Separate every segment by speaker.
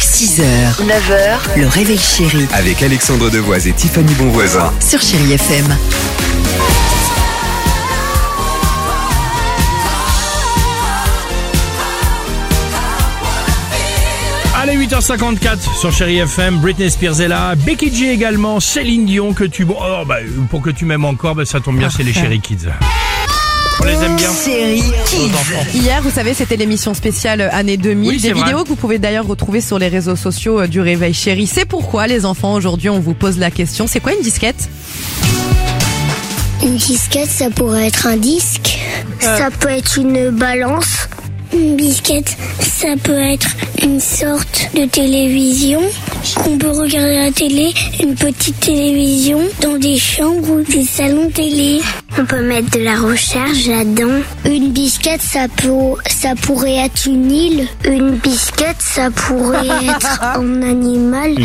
Speaker 1: 6h, 9h, le réveil chéri
Speaker 2: Avec Alexandre Devoise et Tiffany Bonvoisin.
Speaker 1: sur Chéri FM.
Speaker 3: Allez, 8h54 sur Chéri FM, Britney Spears est là, Becky G également, Céline Dion, que tu... Bon, oh, bah, pour que tu m'aimes encore, bah, ça tombe bien, c'est les Chéri Kids. On les aime bien,
Speaker 1: Chéri
Speaker 3: nos
Speaker 1: Kids.
Speaker 3: enfants.
Speaker 4: Hier, vous savez, c'était l'émission spéciale année 2000.
Speaker 3: Oui, c'est
Speaker 4: des
Speaker 3: vrai.
Speaker 4: vidéos que vous pouvez d'ailleurs retrouver sur les réseaux sociaux euh, du Réveil Chéri. C'est pourquoi, les enfants, aujourd'hui, on vous pose la question. C'est quoi une disquette
Speaker 5: Une disquette, ça pourrait être un disque. Ça peut être une balance. Une disquette, ça peut être une sorte de télévision qu'on peut regarder à la télé, une petite télévision dans des chambres ou des salons télé. On peut mettre de la recharge là-dedans. Une bisquette, ça peut, ça pourrait être une île. Une bisquette, ça pourrait être un animal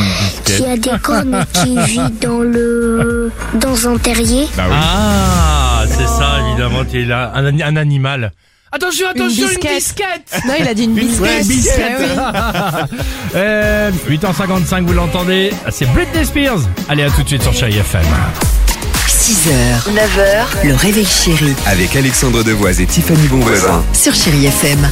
Speaker 5: qui a des cornes et qui vit dans le, dans un terrier.
Speaker 3: Ah, c'est ça, évidemment, t'es là, un, un animal. Attention, attention, une bisquette,
Speaker 4: Non, il a dit une bisquette. Eh oui.
Speaker 3: Euh, 8h55, vous l'entendez, c'est Britney Spears. Allez, à tout de suite sur Chéri FM.
Speaker 1: 6h, 9h, le réveil chéri
Speaker 2: Avec Alexandre Devoise et Tiffany Bonvoisin.
Speaker 1: sur Chéri FM.